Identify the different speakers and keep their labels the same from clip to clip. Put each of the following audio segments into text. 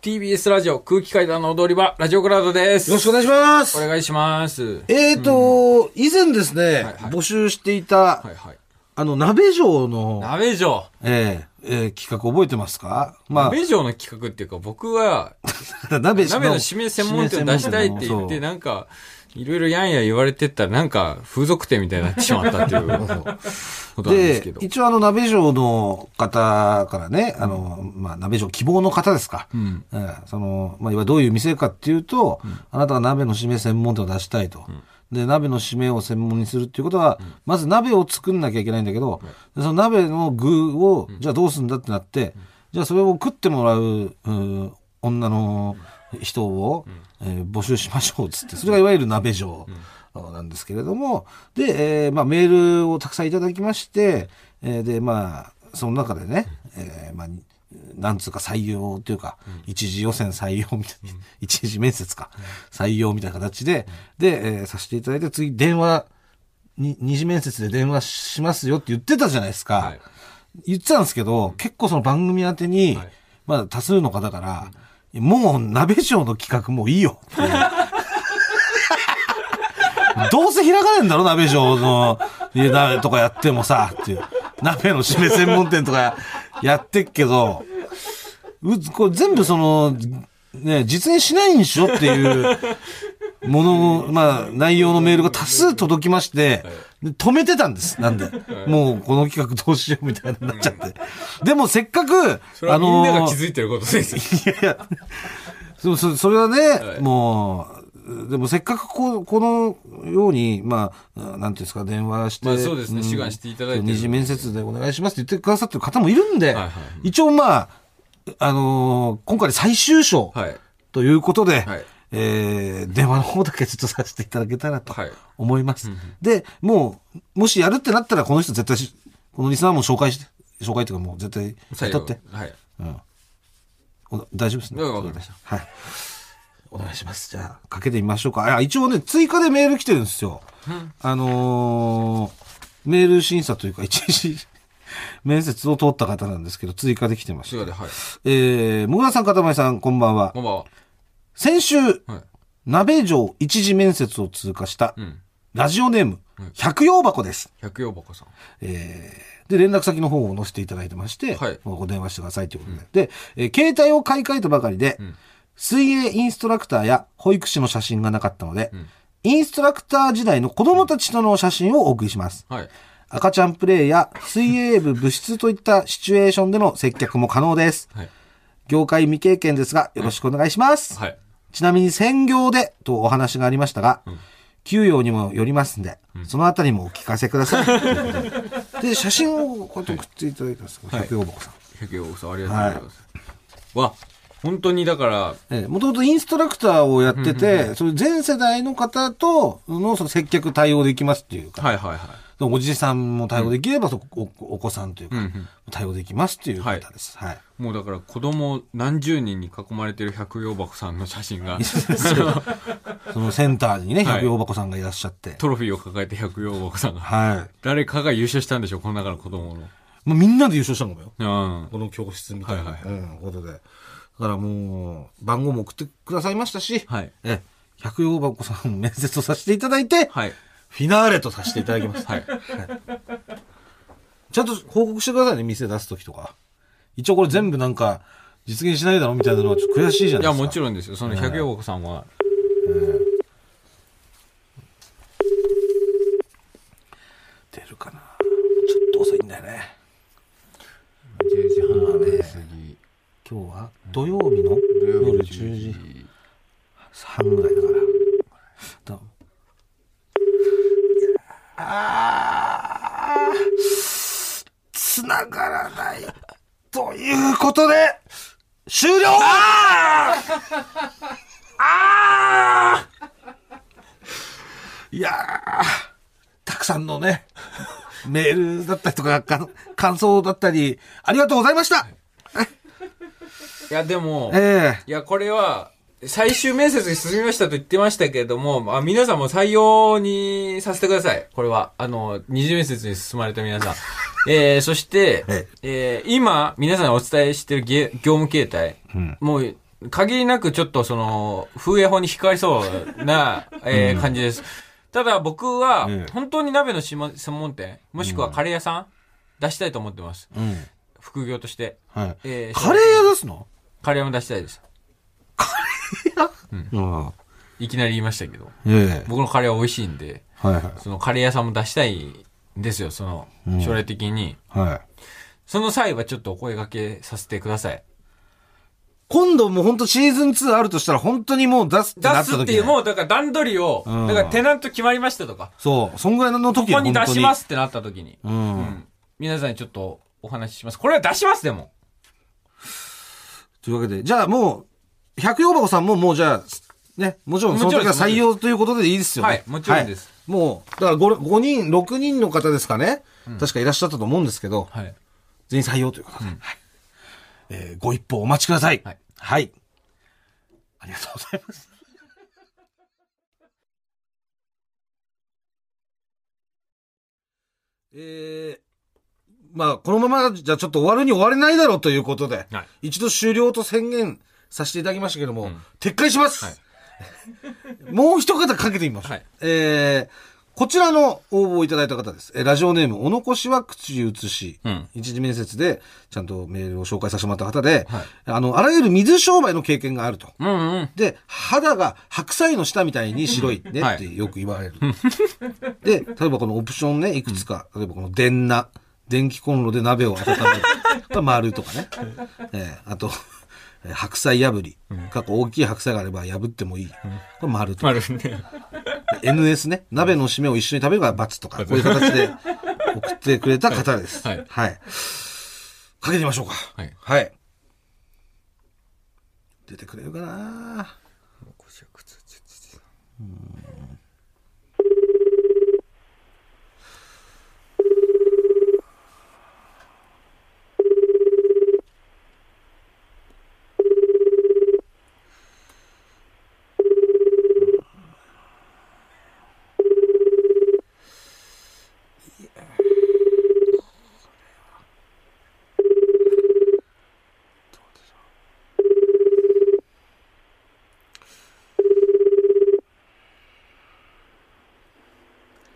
Speaker 1: TBS ラジオ空気階段の踊り場、ラジオクラウドです。
Speaker 2: よろしくお願いしま
Speaker 1: お
Speaker 2: す。
Speaker 1: 願いします。
Speaker 2: えーと、以前ですね
Speaker 1: はいはい、
Speaker 2: 募集していた
Speaker 1: は、いはい。
Speaker 2: あの、鍋城の、
Speaker 1: 鍋城。
Speaker 2: えーえー企画覚えてますかま
Speaker 1: 鍋城の企画っていうか、僕は、
Speaker 2: あ、 鍋
Speaker 1: 鍋の締め専門店を出したいって言って、
Speaker 2: そう
Speaker 1: なんか、いろいろやんや言われてったら、なんか、風俗店みたいになってしまったっていうことなんですけ
Speaker 2: で
Speaker 1: ど、。
Speaker 2: 一応あの、鍋城の方からね、あの、まあ、鍋城希望の方ですか。
Speaker 1: うん。
Speaker 2: ええその、まあ、いわゆるどういう店かっていうと、あなたは鍋の締め専門店を出したいと。で、鍋の締めを専門にするっていうことは、まず鍋を作んなきゃいけないんだけど、でその鍋の具を、じゃあどうするんだってなって、じゃあそれを食ってもらう、うん女の人を、えー募集しましょうっつって、それがいわゆる鍋城。なんですけれども、で、えーまあ、メールをたくさんいただきまして、えーで、まあ、その中でね、えーまあ、なんつうか採用というか、一時予選採用みたいな、一時面接か、採用みたいな形で、で、えーさせていただいて、次電話、に二次面接で電話しますよって言ってたじゃないですか。
Speaker 1: はい
Speaker 2: 言ってたんですけど、結構その番組宛てに、
Speaker 1: はい
Speaker 2: まあ多数の方から、もう鍋賞の企画もういいよっていう。 どうせ開かねえんだろ、鍋城の、いや鍋とかやってもさ、っていう。鍋の締め専門店とかやってっけど、うこれ全部その、ね、実現しないんでしょっていう、もの、まあ、内容のメールが多数届きまして、で止めてたんです。なんで。もう、この企画どうしようみたいになっちゃって。でも、せっかく、
Speaker 1: それはみんなが気
Speaker 2: い
Speaker 1: づいてることですよ。
Speaker 2: やいや、そうそそれはね、
Speaker 1: い
Speaker 2: もう、でもせっかくこうこのように、まあ、うんなんていうんですか、電話して、
Speaker 1: まあそうですね志願していただいてる
Speaker 2: 二次面接でお願いしますって言ってくださってる方もいるんで、
Speaker 1: はいはい
Speaker 2: 一応まあ、あのー今回で最終章
Speaker 1: はい。
Speaker 2: ということで、
Speaker 1: はい
Speaker 2: えー電話の方だけちょっとさせていただけたらと
Speaker 1: はい
Speaker 2: 思います。で、もう、もしやるってなったら、この人絶対し、このリスナーも紹介して、紹介というかもう絶対、
Speaker 1: 採
Speaker 2: 雇
Speaker 1: 用
Speaker 2: って。
Speaker 1: はい。
Speaker 2: うん。お大丈夫ですね。
Speaker 1: うんわかりました
Speaker 2: はい。お願いします。じゃあ、かけてみましょうか。あ、一応ね、追加でメール来てるんですよ。あのーメール審査というか、一時、 面接を通った方なんですけど、追加で来てまし
Speaker 1: そ
Speaker 2: た。
Speaker 1: れで、はい。
Speaker 2: えー、もぐらさん、かたまりさん、こんばんは
Speaker 1: こ。んばんは。
Speaker 2: 先週、
Speaker 1: はい。
Speaker 2: 鍋城一次面接を通過した、
Speaker 1: うん。
Speaker 2: ラジオネーム、百葉箱です。
Speaker 1: 百葉箱さん。
Speaker 2: えーで、連絡先の方を載せていただいてまして、
Speaker 1: はい
Speaker 2: お電話してくださいということで。で、えー携帯を買い替えたばかりで、水泳インストラクターや保育士の写真がなかったので、インストラクター時代の子供たちとの写真をお送りします。
Speaker 1: はい。
Speaker 2: 赤ちゃんプレイや水泳部部室といったシチュエーションでの接客も可能です。
Speaker 1: はい。
Speaker 2: 業界未経験ですが、よろしくお願いします。
Speaker 1: はい。
Speaker 2: ちなみに専業でとお話がありましたが、給与にもよりますんで、そのあたりもお聞かせくだ さいということで。で、写真をこうやって送っていただいたんですけど、
Speaker 1: はい
Speaker 2: 百葉箱さん。
Speaker 1: 百葉箱さん、ありがとうございます。わ、本当にだから、
Speaker 2: えもともとインストラクターをやってて、それ全世代の方とのその接客対応できますっていうか、
Speaker 1: はいはいはい。
Speaker 2: おじさんも対応できれば、そおおお子さんというか、
Speaker 1: うんうん
Speaker 2: 対応できますっていう方です。はい。
Speaker 1: もうだから子供何十人に囲まれてる百葉箱さんの写真 が、
Speaker 2: そのセンターにね、
Speaker 1: はい
Speaker 2: 百葉箱さんがいらっしゃって。
Speaker 1: トロフィーを抱えて百葉箱さんが、
Speaker 2: はい。
Speaker 1: 誰かが優勝したんでしょ、この中の子供の。
Speaker 2: もうみんなで優勝したのかよ。
Speaker 1: うん。
Speaker 2: この教室みたいな、
Speaker 1: はいはいは
Speaker 2: うん、ことで。だからもう、番号も送ってくださいましたし、
Speaker 1: はい。
Speaker 2: え、百葉箱さんも面接をさせていただいて、
Speaker 1: はい。
Speaker 2: フィナーレとさせていただきます。
Speaker 1: はい。
Speaker 2: ちゃんと報告してくださいね、店出すときとか。一応これ全部なんか、実現しないだろみたいなのはちょっと悔しいじゃ
Speaker 1: い
Speaker 2: な
Speaker 1: や、
Speaker 2: いですか。
Speaker 1: もちろんですよ。その百葉箱さんは、
Speaker 2: 出るかな。ちょっと遅いんだよね。
Speaker 1: 10時半過ぎ、
Speaker 2: 今日は土曜日の夜10時半ぐらいだから。だあー繋がらない。ということで、終了ああーいやーたくさんのね、メールだったりとか、か感想だったり、ありがとうございました、
Speaker 1: いや、でも、
Speaker 2: え
Speaker 1: いや、これは、最終面接に進みましたと言ってましたけれども、あ皆さんも採用にさせてください。これは、あの、二次面接に進まれた皆さん。えー、そして
Speaker 2: え、
Speaker 1: えー、今、皆さんにお伝えしてるげ業務形態、もう、限りなくちょっとその、風営法に引っかかりそう な、えー感じです。ただ僕は
Speaker 2: ええ、
Speaker 1: 本当に鍋の専門専門店、もしくはカレー屋さん、出したいと思ってます。
Speaker 2: うん。
Speaker 1: 副業として。
Speaker 2: はい。
Speaker 1: えー
Speaker 2: カレー屋出すの
Speaker 1: カレーも出したいです。
Speaker 2: ああ。
Speaker 1: いきなり言いましたけど。
Speaker 2: ええ。
Speaker 1: 僕のカレーは美味しいんで、
Speaker 2: はいはい。
Speaker 1: そのカレー屋さんも出したいんですよ、その、将来的に。
Speaker 2: はい。
Speaker 1: その際はちょっとお声掛けさせてください。
Speaker 2: 今度もう本当シーズン2あるとしたら本当にもう出すって
Speaker 1: 出
Speaker 2: なった時
Speaker 1: す
Speaker 2: ね
Speaker 1: っていう、もうだから段取りを、
Speaker 2: うん
Speaker 1: だからテナント決まりましたとか、
Speaker 2: そう。そんぐらいの
Speaker 1: こ
Speaker 2: 時。
Speaker 1: こに出しますすってなった時に、
Speaker 2: 本当にうん。
Speaker 1: うん皆さんにちょっとお話しします。これは出しますでも。
Speaker 2: というわけで、じゃあもう、百葉箱さんももうじゃあ、ね、もちろんその時は採用ということでいいですよね。
Speaker 1: はいもちろんです
Speaker 2: はい。もう、だから 5, 5人、6人の方ですかね、確かいらっしゃったと思うんですけど、
Speaker 1: はい。
Speaker 2: 全員採用ということで、はいえーご一報お待ちください。
Speaker 1: はい
Speaker 2: はい。ありがとうございます。 えー、まあ、このままじゃちょっと終わるに終われないだろうということで、
Speaker 1: はい
Speaker 2: 一度終了と宣言させていただきましたけども、
Speaker 1: ん
Speaker 2: 撤回します、 もう一方かけてみましょう。
Speaker 1: はい
Speaker 2: えー、こちらの応募をいただいた方です。えーラジオネーム、お残しは口移し、
Speaker 1: うん
Speaker 2: 一時面接でちゃんとメールを紹介させてもらった方で、
Speaker 1: はい
Speaker 2: あの、あらゆる水商売の経験があると。
Speaker 1: うんうん。
Speaker 2: で、肌が白菜の下みたいに白いね
Speaker 1: はい
Speaker 2: ってよく言われる。で、例えばこのオプションね、いくつか、例えばこの電鍋、電気コンロで鍋を温める。まあ丸とかね。えーあと、えー白菜破り。過去大きい白菜があれば破ってもいい。これ丸とか。
Speaker 1: るね。
Speaker 2: NS ね、鍋の締めを一緒に食べるから×とか、こういう形で送ってくれた方です。
Speaker 1: はい
Speaker 2: はい。かけてみましょうか。
Speaker 1: はい
Speaker 2: はい。出てくれるかな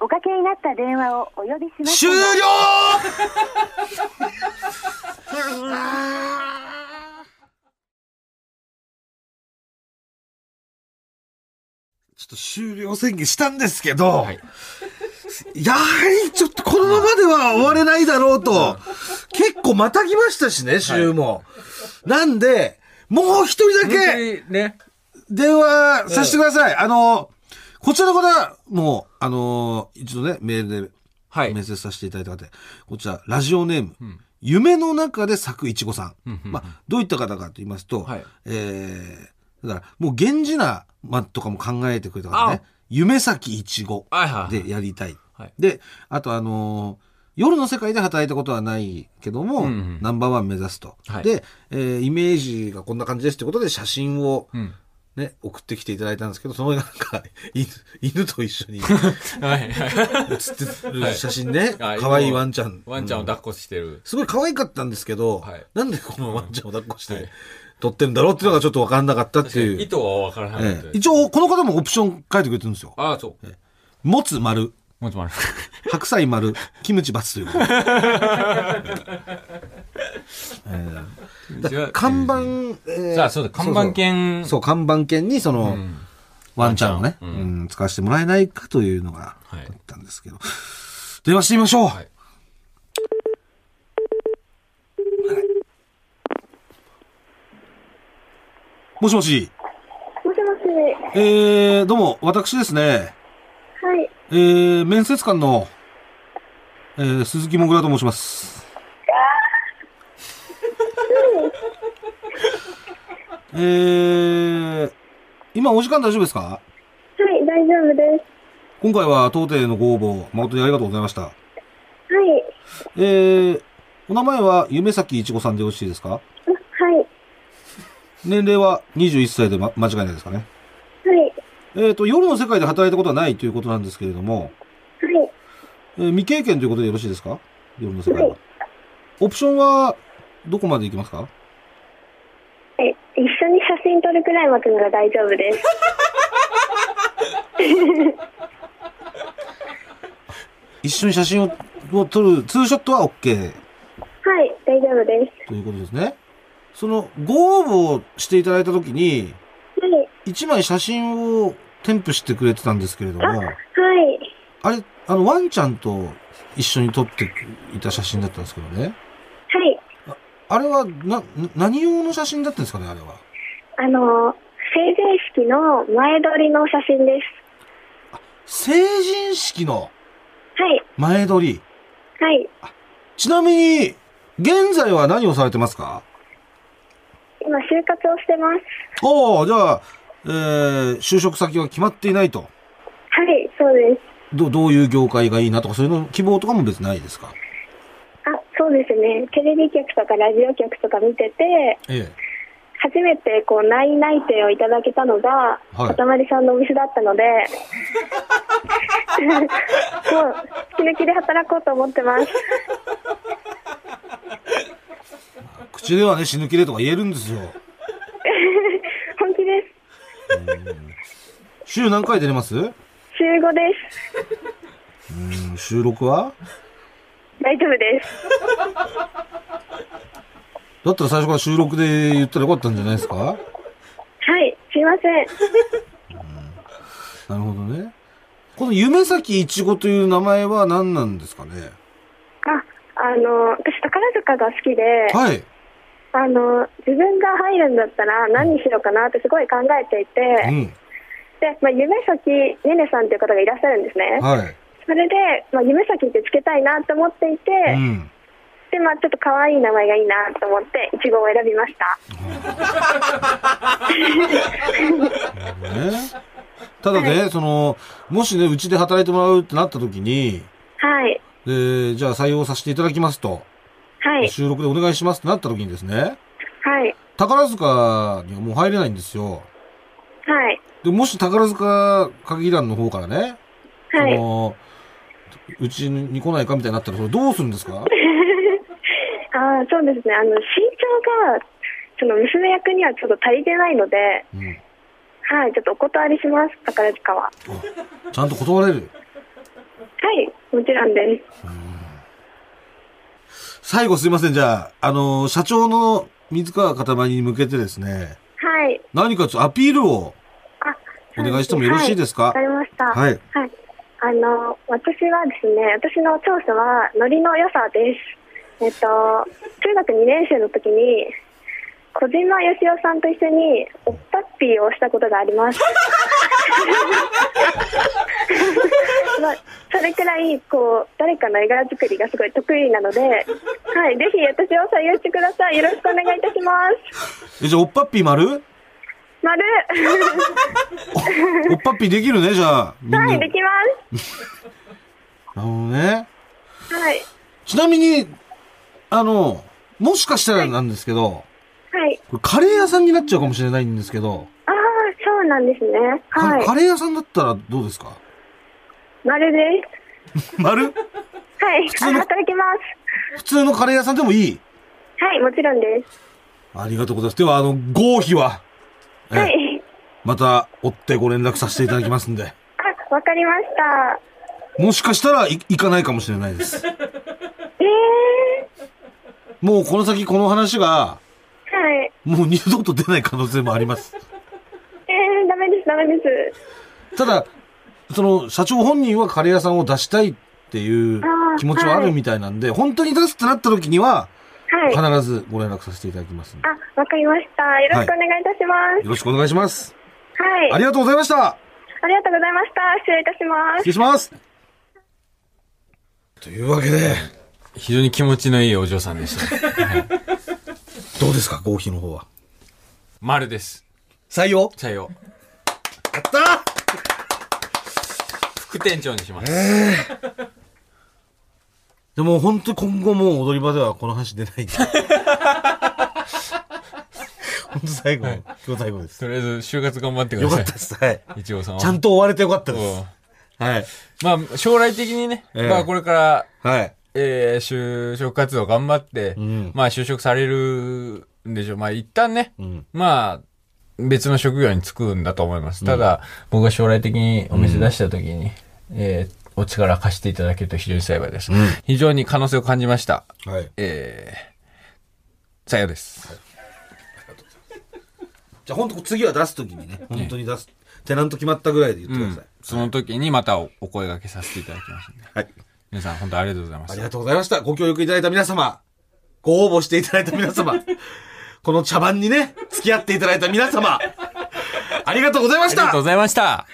Speaker 3: おかけになった電話をお呼びしました
Speaker 2: 終了ちょっと終了宣言したんですけど、
Speaker 1: はい
Speaker 2: やはりちょっとこのままでは終われないだろうと、結構またぎましたしね、週も。なんで、もう一人だけ、
Speaker 1: 本当にね。
Speaker 2: 電話させてください。あの、こちらの方、もう、あの、一度ね、メールで、
Speaker 1: はい
Speaker 2: 面接させていただいた方で、こちら、ラジオネーム、夢の中で咲くいちごさん。
Speaker 1: んうんうん
Speaker 2: まあ、どういった方かと言いますと、
Speaker 1: はい
Speaker 2: えー、だから、もう、源氏な、ま、とかも考えてくれた方ね
Speaker 1: あ、
Speaker 2: 夢咲いちご
Speaker 1: はいはいはい
Speaker 2: でやりたい。
Speaker 1: はい
Speaker 2: で、あと、あのー夜の世界で働いたことはないけども、
Speaker 1: うんうん
Speaker 2: ナンバーワン目指すと。
Speaker 1: はい
Speaker 2: で、えーイメージがこんな感じですということで写真を
Speaker 1: うん。
Speaker 2: ね、送ってきていただいたんですけど、そのなんか、犬、 犬と一緒に
Speaker 1: はいはい。
Speaker 2: 写ってる写真ね、可
Speaker 1: は
Speaker 2: 愛
Speaker 1: い、
Speaker 2: い、いワンちゃん。
Speaker 1: ワンちゃんを
Speaker 2: う
Speaker 1: 抱っこしてる。
Speaker 2: すごい可愛かったんですけど、
Speaker 1: はい
Speaker 2: なんでこのワンちゃんを抱っこし
Speaker 1: は
Speaker 2: て
Speaker 1: い
Speaker 2: 撮ってるんだろうっていうのがちょっと分かんなかったっていう。
Speaker 1: 意図はわからなかっ
Speaker 2: え
Speaker 1: た
Speaker 2: え
Speaker 1: です。
Speaker 2: 一応、この方もオプション書いてくれてるんですよ。
Speaker 1: ああ、そう。
Speaker 2: 持つ丸、
Speaker 1: もちろん。
Speaker 2: 白菜丸、キムチバツということで だから看板、ええ
Speaker 1: さあ、 そうだ、看板犬。
Speaker 2: そう、看板犬にその、
Speaker 1: ん
Speaker 2: ワンちゃんをね、う
Speaker 1: ワンちゃん
Speaker 2: ん、使わせてもらえないかというのが、あ
Speaker 1: はい
Speaker 2: ったんですけど。電話してみましょう、
Speaker 1: はい
Speaker 2: もしもし、
Speaker 3: もしもし
Speaker 2: えー、どうも、私ですね、
Speaker 3: はい
Speaker 2: えー、面接官の、えー、鈴木もぐらと申します。えー、今お時間大丈夫ですか
Speaker 3: はい大丈夫です
Speaker 2: 今回は当店のご応募、誠にありがとうございました。
Speaker 3: はい
Speaker 2: えー、お名前は夢咲いちごさんでよろしいですか
Speaker 3: はい
Speaker 2: 年齢は21歳で、ま、間違いないですかね。
Speaker 3: はい
Speaker 2: えっ、と、夜の世界で働いたことはないということなんですけれども、
Speaker 3: はい
Speaker 2: えー未経験ということでよろしいですか夜の世界は。オプションは、どこまで行きますか
Speaker 3: え一緒下に写真撮るくらいまでなら大丈夫です。
Speaker 2: 一緒に写真をを撮る、ツーショットは OK
Speaker 3: はい、大丈夫です。
Speaker 2: ということですね。その、ご応募をしていただいたときに、
Speaker 3: はい、
Speaker 2: 一枚写真を添付してくれてたんですけれども、
Speaker 3: はい、
Speaker 2: あれ、あの、ワンちゃんと一緒に撮っていた写真だったんですけどね。
Speaker 3: はい。
Speaker 2: あれは、な、な何用の写真だったんですかね、あれは。
Speaker 3: あの、成人式の前撮りの写真です。
Speaker 2: 成人式の
Speaker 3: はい、
Speaker 2: 前撮り。
Speaker 3: はい。
Speaker 2: ちなみに、現在は何をされてますか
Speaker 3: 今、就活をしてます。
Speaker 2: おおじゃあ、えー、就職先は決まっていないと。
Speaker 3: はい、そうです。
Speaker 2: ど、どういう業界がいいなとか、そういうの希望とかも別にないですか
Speaker 3: あ、そうですね。テレビ局とかラジオ局とか見てて、
Speaker 2: え
Speaker 3: 初めてこう内内定をいただけたのが、
Speaker 2: はい
Speaker 3: かたまりさんのお店だったので、もう、引き抜きで働こうと思ってます。
Speaker 2: え。口ではね、死ぬ気でとか言えるんですよ。
Speaker 3: 本気です。
Speaker 2: 週何回出れますう
Speaker 3: 週5です。
Speaker 2: ーん、収録は
Speaker 3: 大丈夫です。
Speaker 2: だったら最初から収録で言ったらよかったんじゃないですか
Speaker 3: はい、すいません。
Speaker 2: なるほどね。この夢咲いちごという名前は何なんですかね
Speaker 3: あ、あの、私宝塚が好きで、
Speaker 2: はい。
Speaker 3: あの、自分が入るんだったら何にしようかなってすごい考えていて、
Speaker 2: うん。
Speaker 3: で、まあ、夢咲ねねさんという方がいらっしゃるんですね。
Speaker 2: はい。
Speaker 3: それで、まあ、夢先ってつけたいなと思っていて、
Speaker 2: うん。
Speaker 3: で、まあ、ちょっと可愛い名前がいいなと思って、いちごを選びました。
Speaker 2: ね。ただね、その、もしね、うちで働いてもらうってなった時に、
Speaker 3: はい。
Speaker 2: で、じゃあ採用させていただきますと、
Speaker 3: はい。
Speaker 2: 収録でお願いしますってなった時にですね、
Speaker 3: はい。
Speaker 2: 宝塚にはもう入れないんですよ。
Speaker 3: はい。
Speaker 2: で、もし宝塚歌劇団の方からね、
Speaker 3: はい。
Speaker 2: その、うちに来ないかみたいになったら、それどうするんですか
Speaker 3: ああ、そうですね。あの、身長が、その、娘役にはちょっと足りてないので、
Speaker 2: うん。
Speaker 3: はい。ちょっとお断りします、宝塚は。
Speaker 2: ちゃんと断れる。
Speaker 3: はい。もちろんです。
Speaker 2: 最後すいません、じゃあ、あのー社長の水川かたまりに向けてですね、
Speaker 3: はい。
Speaker 2: 何かちょっとアピールを、
Speaker 3: あ、
Speaker 2: お願いしてもよろしいですか
Speaker 3: はいわ、かりました。
Speaker 2: はい
Speaker 3: はい。あの、私はですね、私の長所は、ノリの良さです。えっと、中学2年生の時に、小島よしおさんと一緒に、おっぱっぴーをしたことがあります。まあ、それくらい、こう、誰かの絵柄作りがすごい得意なので、はい、ぜひ私を採用してください。よろしくお願いいたします。
Speaker 2: え、じゃあ、おっぱっぴー丸
Speaker 3: 丸
Speaker 2: おっぱっぴーできるね、じゃあ。みんな。
Speaker 3: はい、でき
Speaker 2: なるほ
Speaker 3: ま
Speaker 2: どね。
Speaker 3: す。はい。
Speaker 2: ちなみに、あの、もしかしたらなんですけど、
Speaker 3: はい。
Speaker 2: これカレー屋さんになっちゃうかもしれないんですけど、
Speaker 3: ああ、そうなんですね。
Speaker 2: か
Speaker 3: はい
Speaker 2: カ。レー屋さんだったらどうですか
Speaker 3: 丸です。
Speaker 2: 丸
Speaker 3: はい。
Speaker 2: 通の
Speaker 3: あ働きます。
Speaker 2: 普通のカレー屋さんでもいい
Speaker 3: はい、もちろんです。
Speaker 2: ありがとうございます。では、あの、合否は、え
Speaker 3: はい。
Speaker 2: また追ってご連絡させていただきますんで。
Speaker 3: あ、わかりました。
Speaker 2: もしかしたらい行かないかもしれないです。
Speaker 3: ええ
Speaker 2: もうこの先この話が、
Speaker 3: ー、はい。
Speaker 2: もう二度と出ない可能性もあります。
Speaker 3: ええー、ダメです、ダメです。
Speaker 2: ただ、その、社長本人はカレー屋さんを出したいっていう
Speaker 3: あー
Speaker 2: 気持ちはあるみたいなんで、本当に出すってなった時には、
Speaker 3: はい。あ、
Speaker 2: 必ずご連絡させていただきますんで。よ
Speaker 3: わかりました。よろしくお願いいたします。
Speaker 2: ろしくお願いします。
Speaker 3: はい。
Speaker 2: ありがとうございました
Speaker 3: ありがとうございました。失礼いたします
Speaker 2: 失。礼しますというわけで、
Speaker 1: 非常に気持ちのいいお嬢さんでした。
Speaker 2: どうですか、合否の方は。
Speaker 1: 丸です。
Speaker 2: 採用
Speaker 1: 採用。
Speaker 2: やった
Speaker 1: 副店長にします。
Speaker 2: でも本当に今後もう踊り場ではこの話出ないん で。本当最後、今日最後です。
Speaker 1: とりあえず、就活頑張ってくだ
Speaker 2: よか
Speaker 1: さ
Speaker 2: っ
Speaker 1: い
Speaker 2: た。です。はい。
Speaker 1: 一応さんは。
Speaker 2: ちゃんと終われてよかった
Speaker 1: う
Speaker 2: で
Speaker 1: ん
Speaker 2: す。はい。
Speaker 1: まあ、将来的にね、
Speaker 2: ええ
Speaker 1: まあ、これから、
Speaker 2: はい。
Speaker 1: えー、就職活動頑張って、
Speaker 2: ん
Speaker 1: まあ、就職されるんでしょう。まあ、一旦ね、
Speaker 2: うん。
Speaker 1: まあ、別の職業に就くんだと思います。ただ、僕が将来的にお店出した時に、えーお力貸していただけると非常に幸いです。非常に可能性を感じました。
Speaker 2: はい。
Speaker 1: えー、さようです。
Speaker 2: じゃあ本当次は出すときにね、本当に出す。テナント決まったぐらいで言ってください。
Speaker 1: その時にまたおお声掛けさせていただきますんで。
Speaker 2: はい。
Speaker 1: 皆さん本当ありがとうございま
Speaker 2: あ
Speaker 1: し
Speaker 2: り
Speaker 1: た。
Speaker 2: がとうございました。ご協力いただいた皆様。ご応募していただいた皆様。この茶番にね、付き合っていただいた皆様。ありがとうございまし
Speaker 1: ありが
Speaker 2: た
Speaker 1: とうございました。